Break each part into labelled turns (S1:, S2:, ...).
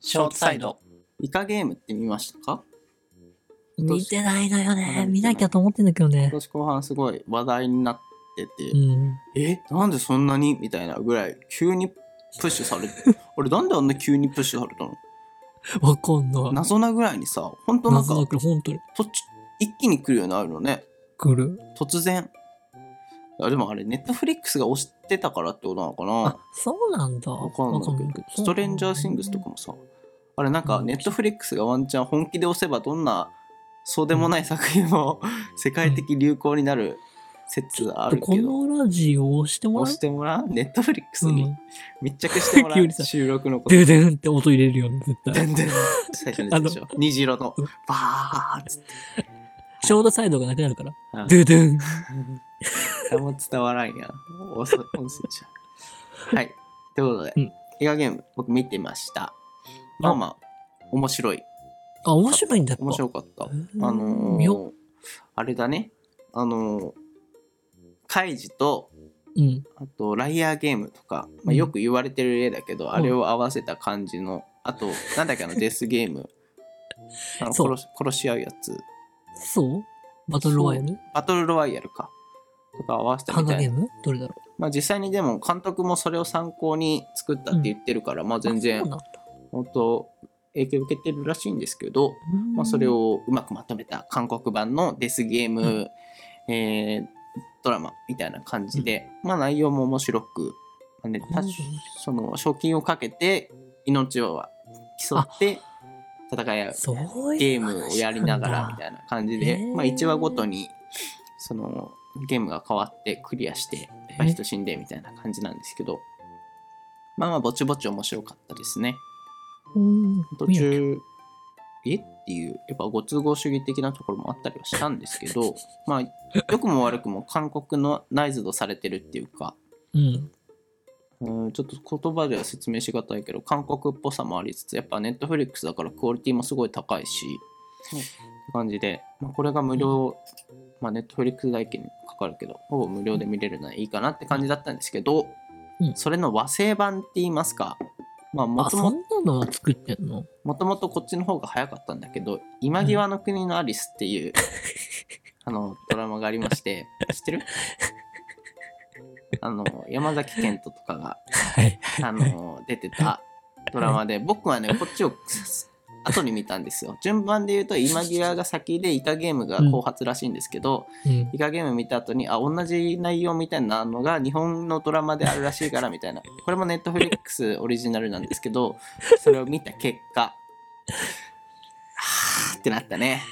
S1: ショートサイド。
S2: イカゲームって見ましたか今年
S3: 見てないの
S2: まだ
S3: よ
S2: 見てな
S3: ね
S2: い。
S3: 見なきゃと思ってんだけどね
S2: 今。年後半すごい話題になってて、
S3: うん。
S2: えなんでそんなにみたいなぐらい急にプッシ ュされてあれなんであんな急にプッシュされたの
S3: わかんない。
S2: 謎なぐらいにさほんとなんか
S3: 謎だけど、本当に。
S2: とっち一気に来るようになるのね
S3: 来る。
S2: 突然あでもあれネットフリックスが押してたからってことなのか
S3: あ
S2: な、
S3: そうなんだ。
S2: わかんないけどストレンジャーシングスとかもさあれなんか
S3: うん
S2: ネットフリックスがワンチャン本気で押せばどんなそうでもない作品も 世界的流行になる説ある
S3: こ
S2: けど
S3: のラジオを押してもら
S2: 押
S3: う
S2: してもらうネットフリックス
S3: う
S2: に
S3: ん
S2: 密着してもら
S3: 急に
S2: う
S3: さ
S2: 収録のこと
S3: デデンって音入れるよね、絶
S2: で
S3: 対。
S2: んでん最初のやつでしょ虹色のバーッつって
S3: ショートサイドがなくなるから
S2: うん。
S3: デデン。
S2: 誰も伝わらんやん。音声音声じゃん。はい。ということで、
S3: うん
S2: 映画ゲーム僕見てました。まあまあ、面白い。
S3: あ、面白いんだやっぱ
S2: 面白かった。
S3: へ
S2: あ
S3: ー
S2: の
S3: 見よ
S2: ー、あれだね。あのー、カイジと、
S3: う。うん。
S2: あと、ライアーゲームとか、
S3: う
S2: まあ、
S3: ん
S2: よく言われてる例だけど、
S3: ん
S2: あれを合わせた感じの、あと、なんだ っけ、あの、デスゲーム。あの
S3: そう
S2: 殺し殺し合うやつ。
S3: そうバトルロワイヤル
S2: バトルロワイヤルか。とか合わせた
S3: ハン
S2: み
S3: ガ
S2: た
S3: ー
S2: い
S3: ゲー
S2: な。
S3: ムどれだろう
S2: まあ実際にでも監督もそれを参考に作ったって言ってるから、まあ全
S3: あそ
S2: 然
S3: うなんだ
S2: 本当影響受けてるらしいんですけど、まあそれをうまくまとめた韓国版のデスゲーム、えードラマみたいな感じで、まあ内容も面白く、まあね、た
S3: うん
S2: その賞金をかけて命を競って戦い合う
S3: そうい
S2: ゲー
S3: う話なんだ
S2: ムをやりながらみたいな感じで、
S3: へー
S2: まあ、1話ごとにそのゲームが変わってクリアして
S3: へー
S2: まあ人死んでみたいな感じなんですけどまあまあぼちぼち面白かったですね
S3: うん
S2: 途中えっていうやっぱご都合主義的なところもあったりはしたんですけど まあ良くも悪くも韓国の内蔵されてるっていうか
S3: うん
S2: うんちょっと言葉では説明しがたいけど韓国っぽさもありつつやっぱネットフリックスだからクオリティもすごい高いし、
S3: うん
S2: って感じで、まあ、これが無料、まあ、ネットフリックス代金かかるけどほぼ無料で見れるのはいいかなって感じだったんですけど、
S3: うん
S2: それの和製版って言いますか、まあ、も
S3: あ
S2: と
S3: そ
S2: も
S3: んなのは作ってんの
S2: もともとこっちの方が早かったんだけど「今際の国のアリス」っていう、あのドラマがありまして知ってるあの山崎賢人とかが
S3: はい
S2: あの出てたドラマで僕はねこっちを後に見たんですよ順番で言うと今際が先でイカゲームが後発らしいんですけど、
S3: うん
S2: イカゲーム見た後にあ同じ内容みたいなのが日本のドラマであるらしいからみたいなこれもネットフリックスオリジナルなんですけどそれを見た結果はーってなったね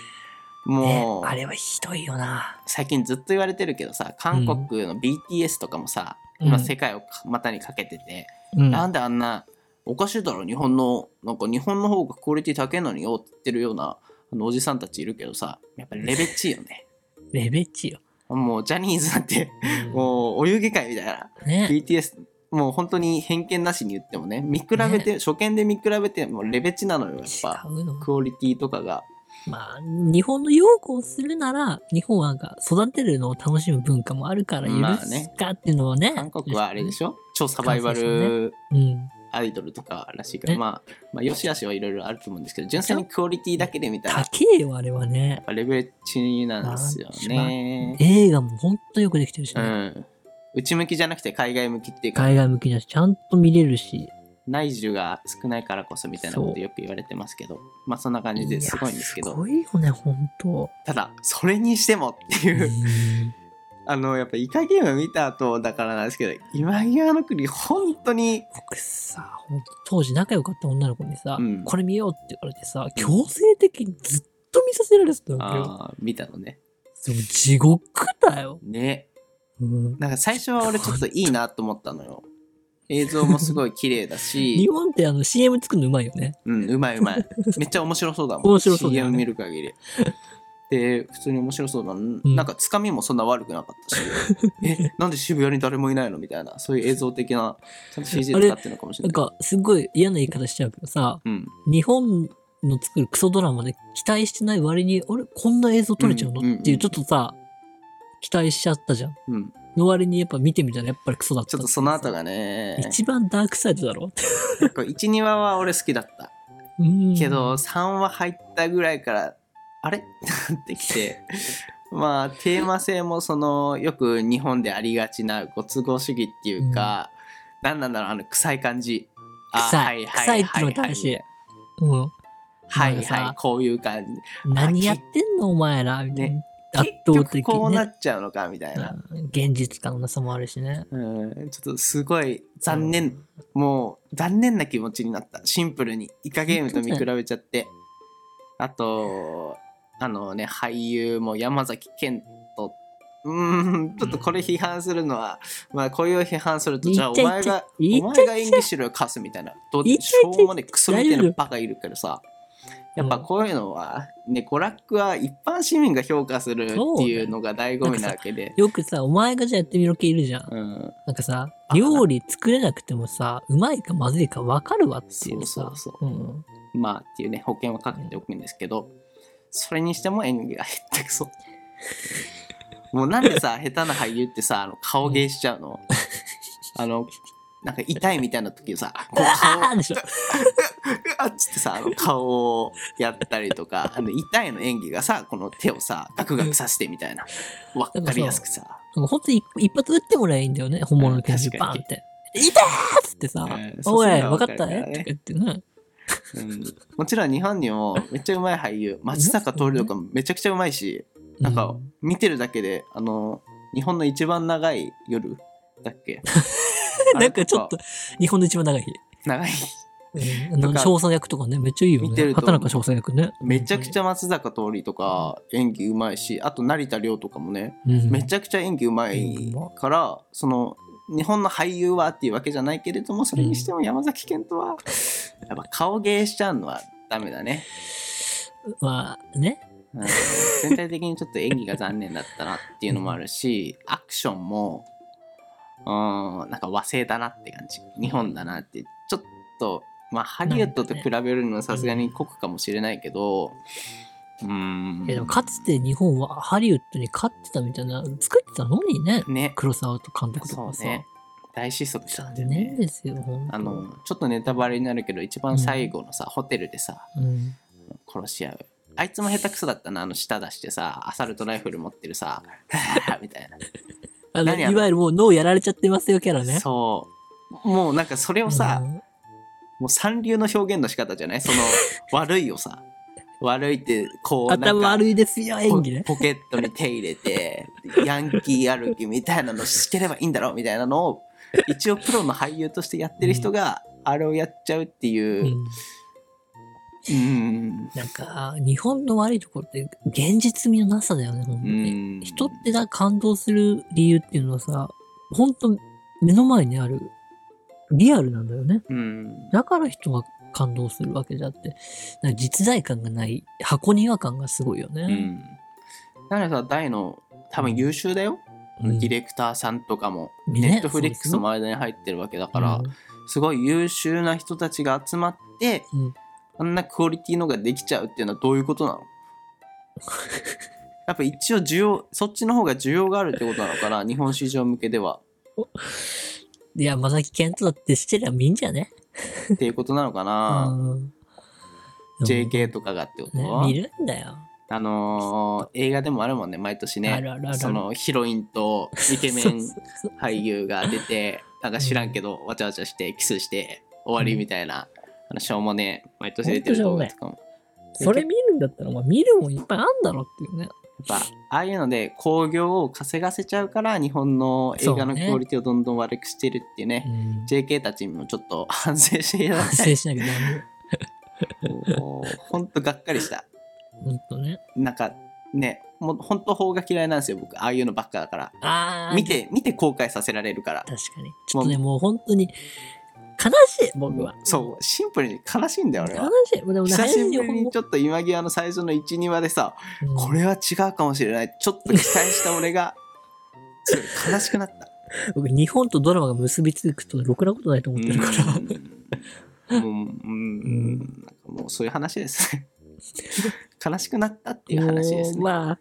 S2: も
S3: ね
S2: う、
S3: あれはひどいよな
S2: 最近ずっと言われてるけどさ韓国の BTS とかもさ、
S3: うん
S2: 今世界を股にかけてて、
S3: うん
S2: なんであんなおかしいだろ日本のなんか日本の方がクオリティ高いのによって言ってるようなあのおじさんたちいるけどさやっぱりレベチよね
S3: レベチよ
S2: もうジャニーズなんて
S3: うん
S2: もうお遊戯会みたいな
S3: ね
S2: BTS もう本当に偏見なしに言ってもね見比べて、初見で見比べてもレベチなのよやっぱ
S3: 違うの
S2: クオリティとかが
S3: まあ日本の擁護をするなら日本はなんか育てるのを楽しむ文化もあるから許
S2: まあね
S3: すかっていうのはね
S2: 韓国はあれでしょ超サバ
S3: 関西
S2: イバ
S3: ですね
S2: ル
S3: うん
S2: アイドルとからしいから、
S3: ね
S2: まあ、まあよしあしはいろいろあると思うんですけど純粋にクオリティだけで見たらやっ
S3: 高えよあれはね
S2: ぱレベチなんですよね
S3: 映画もほんとよくできてるし
S2: う
S3: ね
S2: ん。内向きじゃなくて海外向きっていうか、
S3: 海外向きだし、ちゃんと見れるし。
S2: 内需が少ないからこそみたいなことよく言われてますけど、まあそんな感じですごいんですけ
S3: やす
S2: ど、
S3: ごいよね、ほん と。
S2: ただ、それにしてもって
S3: う
S2: いう、
S3: ん
S2: あの、やっぱイカゲーム見た後だからなんですけど、今際の国、本当に、
S3: 僕さ、ほんと、当時仲良かった女の子にさ、
S2: うん
S3: これ見ようって言われてさ、強制的にずっと見させられてたわけよ。
S2: あー見たのね。
S3: そう地獄だよ。
S2: ね。
S3: うん
S2: なんか最初は俺ちょっといいなと思ったのよ。 映像もすごい綺麗だ
S3: 日
S2: し、
S3: 本ってあの CM 作るのうまいよね。
S2: うん、うまいうまい。めっちゃ面白そうだもん。
S3: 面白そうだよね
S2: CM 見る限り。で、普通に面白そうだな。
S3: ん
S2: なんか、つかみもそんな悪くなかったし、 え、なんで渋谷に誰もいないのみたいな、そういう映像的な、ちゃんと CG
S3: あれ
S2: 使ってるのかもしれ
S3: なん
S2: ない。
S3: か、すごい嫌な言い方しちゃうけどさ、
S2: うん、
S3: 日本の作るクソドラマで期待してない割に、あれこんな映像撮れちゃうの、
S2: うんうんうん
S3: っていう、ちょっとさ、期待しちゃったじゃん。
S2: うん。
S3: の割にやっぱ見てみたらやっぱりクソだった。
S2: ちょっとその後がね、
S3: 一番ダークサイドだろ
S2: 1、2話は俺好きだった。
S3: うん
S2: けど、3話入ったぐらいからあれ ってなってき てまあテーマ性もそのよく日本でありがちなご都合主義っていうか、何なんだろうあの臭い感じあ
S3: 臭い、臭いってのも
S2: は
S3: 楽しい
S2: い。
S3: うん。
S2: はい
S3: なんか
S2: はい
S3: さ
S2: こういう感じ
S3: 何やってんのお前らみたいな
S2: ね
S3: 圧
S2: 結
S3: 倒
S2: 局
S3: 的
S2: こう
S3: に
S2: な
S3: ね。
S2: っちゃうのかみたいな、
S3: うん現実感の差もあるしね。
S2: うん、ちょっとすごい残念、もう残念な気持ちになったシンプルにイカゲームと見比べちゃってあとあのね俳優も山崎賢人うーんちょっとこれ批判するのは、まあこういう批判するとじゃあお前が
S3: 言っ
S2: お
S3: ちゃ
S2: 前
S3: い
S2: が演技しろよカスみたいなどう
S3: 言っち
S2: し
S3: ゃい
S2: ょうもねえクソみたいなバカいるからさやっぱ
S3: うん
S2: こういうのはね娯楽は一般市民が評価するっていうのが醍醐味なわけで。
S3: よくさ、お前がじゃあやってみろ系いるじゃん。
S2: うん
S3: なんかさ、
S2: あ
S3: 料理作れなくてもさ、うまいかまずいか分かるわっていう
S2: そ
S3: さ。
S2: うそう
S3: う
S2: そ
S3: ん。
S2: まあっていうね保険はかけておくんですけどそれにしても演技が下手くそ もうなんでさ下手な俳優ってさあの顔芸しちゃうのあのなんか痛いみたいな時さこう 顔
S3: ああでしょ。
S2: あっつってさあの顔をやったりとかあの痛いの演技がさこの手をさガクガクさせてみたいなわっかりやすくさ、
S3: なんかほんと一一発撃ってもらえばいいんだよね、本物の拳銃
S2: 確
S3: バ
S2: か
S3: ン
S2: に
S3: って。痛ーっつってさ
S2: うん、
S3: お
S2: そう
S3: い、
S2: そう
S3: 分かったね
S2: わかるからね
S3: とか言ってね。
S2: うんもちろん日本にもめっちゃうまい俳優松坂桃李とかもめちゃくちゃうまいしなん
S3: う
S2: か見てるだけで、あの日本の一番長い夜だっ けあれ
S3: なんかちょっと、日本の一番長い日。
S2: 長い
S3: うんあの
S2: とか
S3: 少佐役とかね、めっちゃいいよね。
S2: 見てると
S3: 畑中少佐役ね。
S2: めちゃくちゃ松坂桃李とか演技うまいしあと成田凌とかもね
S3: うん、
S2: めちゃくちゃ演技うまいからその日本の俳優はっていうわけじゃないけれどもそれにしても山崎賢 人はやっぱ顔芸しちゃうのはダメだね、
S3: まあね。
S2: うん全体的にちょっと演技が残念だったなっていうのもある しアクションもうんなんか和製だなって感じ日本だなってちょっとまあハリウッドと比べるのはさすがに酷かもしれないけどうん
S3: いやでもかつて日本はハリウッドに勝ってたみたいな、作ってたのにね。
S2: ね
S3: 黒沢と監督と
S2: そ
S3: か
S2: う
S3: さ。
S2: ね大失速したんだ
S3: 残
S2: よ
S3: 念
S2: ね
S3: ですよ、ほんと。
S2: あのちょっとネタバレになるけど一番最後のさ、ホテルでさ
S3: うん、
S2: 殺し合うあいつも下手くそだったなあの舌出してさアサルトライフル持ってる さみたいな
S3: あの
S2: 何やろ
S3: いわゆるもう脳やられちゃってますよ、キャラね。
S2: そうもうなんかそれをさ、
S3: うん
S2: もう三流の表現の仕方じゃない その悪いをさ悪いってこうなん
S3: 頭
S2: か
S3: 悪いですよ、演技ね。
S2: ポポケットに手入れてヤンキー歩きみたいなのしてればいいんだろうみたいなのを一応プロの俳優としてやってる人があれをやっちゃうって
S3: う
S2: いう、
S3: ん
S2: うん
S3: なんか、日本の悪いところって、現実味のなさだよね、本当
S2: う
S3: に。
S2: ん
S3: 人ってだ、感動する理由っていうのはさ、本当目の前にある、リアルなんだよね。
S2: うん
S3: だから人が感動するわけであって、なんか実在感がない、箱庭感がすごいよ
S2: う
S3: ね。
S2: んだからさ大の多分優秀だよ、
S3: うん
S2: ディレクターさんとかも、
S3: ね
S2: ネットフリックスも間に入ってるわけだから、すごい優秀な人たちが集まって、
S3: うん
S2: あんなクオリティのができちゃうっていうのはどういうことな のやっぱ一応需要そっちの方が需要があるってことなのかな日本市場向けでは
S3: うんいや、まさき健人だってしてりゃいいんじゃね
S2: っていうことなのかな、
S3: うん。
S2: JK とかがってこと
S3: ね、
S2: は、
S3: 見るんだよ。
S2: あのー映画でもあるもんね毎年ね
S3: あるあるある
S2: そのヒロインとイケメ
S3: そう
S2: ン
S3: そうそう
S2: 俳優が出てなんか知らんけどわちゃわちゃしてキスして終わりみたいな、あのしょうもねえ毎年出てる動画とかも
S3: それ見るんだったら、まあ、見るもんいっぱいあんだろっていうね。
S2: やっぱああいうので興行を稼がせちゃうから日本の映画の
S3: そうね
S2: クオリティをどんどん悪くしてるっていうね JK たちにもちょっと 反省していただ
S3: 反
S2: きた
S3: 省
S2: い
S3: しなきゃダメ。
S2: もうほんとがっかりした
S3: ほんとね。
S2: なんかねもうほんと邦画嫌いなんですよ僕ああいうのばっかだから
S3: あー。
S2: 見て見て後悔させられるから
S3: 確かに。ちょっとね、もう本当に、悲しい、僕は。
S2: そうシンプルに悲しいんだよ俺
S3: 悲
S2: は
S3: しい。もうでもね、
S2: 久しぶ
S3: 早い
S2: りに
S3: よ
S2: ちょっと今際の最初の12話でさ、
S3: ほんと
S2: これは違うかもしれないちょっと期待した俺がすごい悲しくなった
S3: うん僕、日本とドラマが結びつくと、ろくなことないと思ってるから。
S2: うんもう、うん、
S3: うん
S2: なんかもうそういう話です ね。悲しくなったっていう話です
S3: もう
S2: ね。
S3: まあ、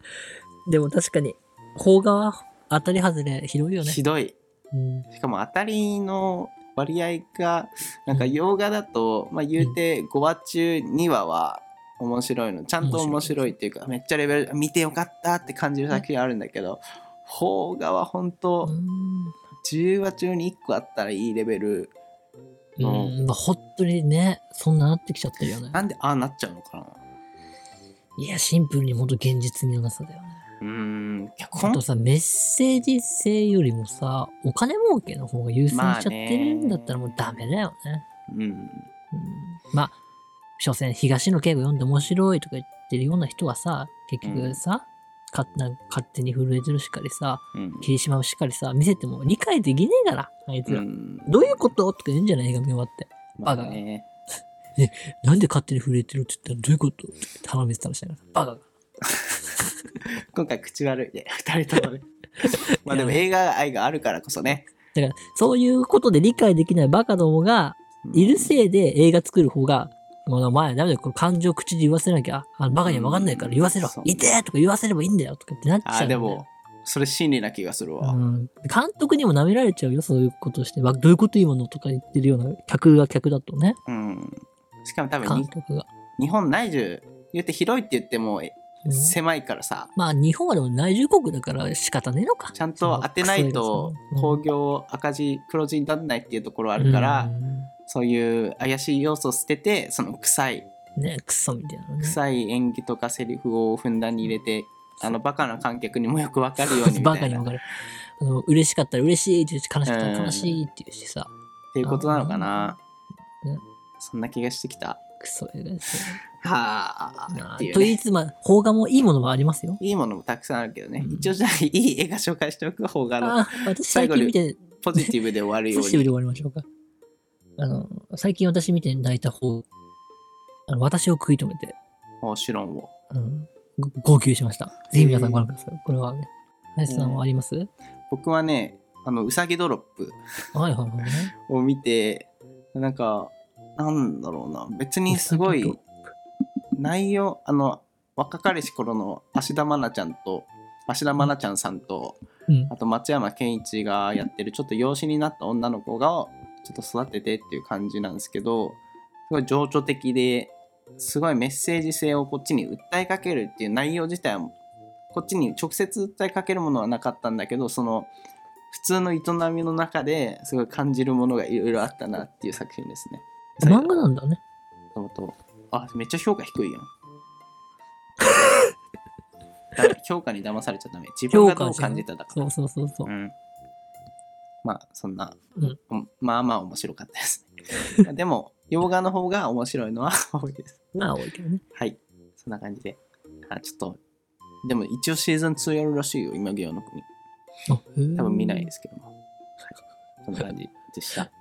S3: でも確かに、邦画は当たり外れ広いよね。
S2: ひどい。
S3: うん
S2: しかも当たりの割合がなんか洋画だと、まあ、言うて5話中2話は面白いのちゃんと面白いっていうかめっちゃレベル見てよかったって感じる作品あるんだけど邦画は本当
S3: うん
S2: 10話中に1個あったらいいレベル
S3: うん、まあ、本当にね、そんななってきちゃってるよね。
S2: なんでああなっちゃうのかない
S3: や、シンプルに本当現実味のなさだよね。
S2: うーん脚
S3: あと
S2: 本
S3: さ、メッセージ性よりもさ、お金儲けの方が優先しちゃってるんだったらもうダメだよね。
S2: うん
S3: うん、まあ、所詮東野敬吾読んで面白いとか言ってるような人はさ、結局さ、かなんか勝手に震えてるしかりさ、
S2: うん
S3: 霧島をしっかりさ、見せても理解できねえから、あいつ
S2: う
S3: ら。
S2: ん
S3: どういうこととか言うんじゃない映画見終わって。
S2: まあ
S3: バカ
S2: ね
S3: なんで勝手に震えてるって言ったらどういうことって頼みてたらしいから。バカが。
S2: 今回口悪 いね2人ともねまあでも映画愛があるからこそね
S3: だから、そういうことで理解できないバカどもが、
S2: うん
S3: いるせいで映画作る方が、もうお前ダメだよ、この感情を口で言わせなきゃ、あのバカには分かんないから言わせろ
S2: うんそう、
S3: いてーとか言わせればいいんだよとかってなっちゃう、
S2: あでも、それ真理な気がする
S3: う
S2: わ、
S3: ん。監督にも舐められちゃうよ、そういうことして。わどういうこと今のとか言ってるような客が客だとね、
S2: うん、しかも多分
S3: 監
S2: に
S3: 督が。
S2: 日本内需言って広いって言ってもえ
S3: うん
S2: 狭いからさ
S3: まあ、日本はでも内需国だから仕方ねえのか。
S2: ちゃんと当てないと興行赤字黒字にならないっていうところあるから、そういう怪しい要素を捨ててその臭い
S3: うんね、クソみたいなね。
S2: 臭い演技とかセリフをふんだんに入れてあのバカな観客にもよくわかるようにみ
S3: バ
S2: た
S3: カ
S2: い
S3: に
S2: なっ
S3: 分かる。あの嬉しかったら嬉しいって言うし、悲しかったら悲しいって言うしさ、
S2: ていうことなのかな
S3: うん
S2: そんな気がしてきた
S3: クソ映画ですよね。
S2: はあ
S3: なあ
S2: っていう
S3: と言
S2: ね
S3: いつつ、まあ、邦画もいいものもありますよ。
S2: いいものもたくさんあるけどね、
S3: うん
S2: 一応じゃあ いい映画紹介しておく方があの
S3: あ私最近見て、
S2: ポジティブで終わるよ
S3: ポ
S2: う
S3: ジティブで
S2: に
S3: 終 わりましょうか。あの、最近私見て泣いた方、あの私を食い止めて、
S2: もちろんを
S3: あのご号泣しました。ぜひ皆さ
S2: へえ
S3: んご覧ください。これはね、林さんはあります、
S2: 僕はねあのうさぎドロップ
S3: はいはいはい。
S2: を見てなんかなんだろうな別にすご
S3: うさぎ
S2: い
S3: ド
S2: 内容あの若かりし頃の芦田愛菜ちゃんと芦田愛菜ちゃんさんと
S3: うん。
S2: あと松山ケンイチがやってるちょっと養子になった女の子がちょっと育ててっていう感じなんですけどすごい情緒的ですごいメッセージ性をこっちに訴えかけるっていう内容自体はこっちに直接訴えかけるものはなかったんだけどその普通の営みの中ですごい感じるものがいろいろあったなっていう作品ですね。
S3: 漫画なんだね。
S2: もともとあめっちゃ評価低いやん。だから評価に騙されちゃダメ。自分がどう感じただから
S3: そ。うそうそうそ
S2: う。
S3: う
S2: ん、まあそんな、
S3: うん
S2: うんまあまあ面白かったですねでも洋画の方が面白いのは 多いです
S3: まあ多いけどね。
S2: はいそんな感じであちょっとでも一応シーズン2やるらしいよ今芸の国
S3: あへえ
S2: 多分見ないですけども、はい、そんな感じでした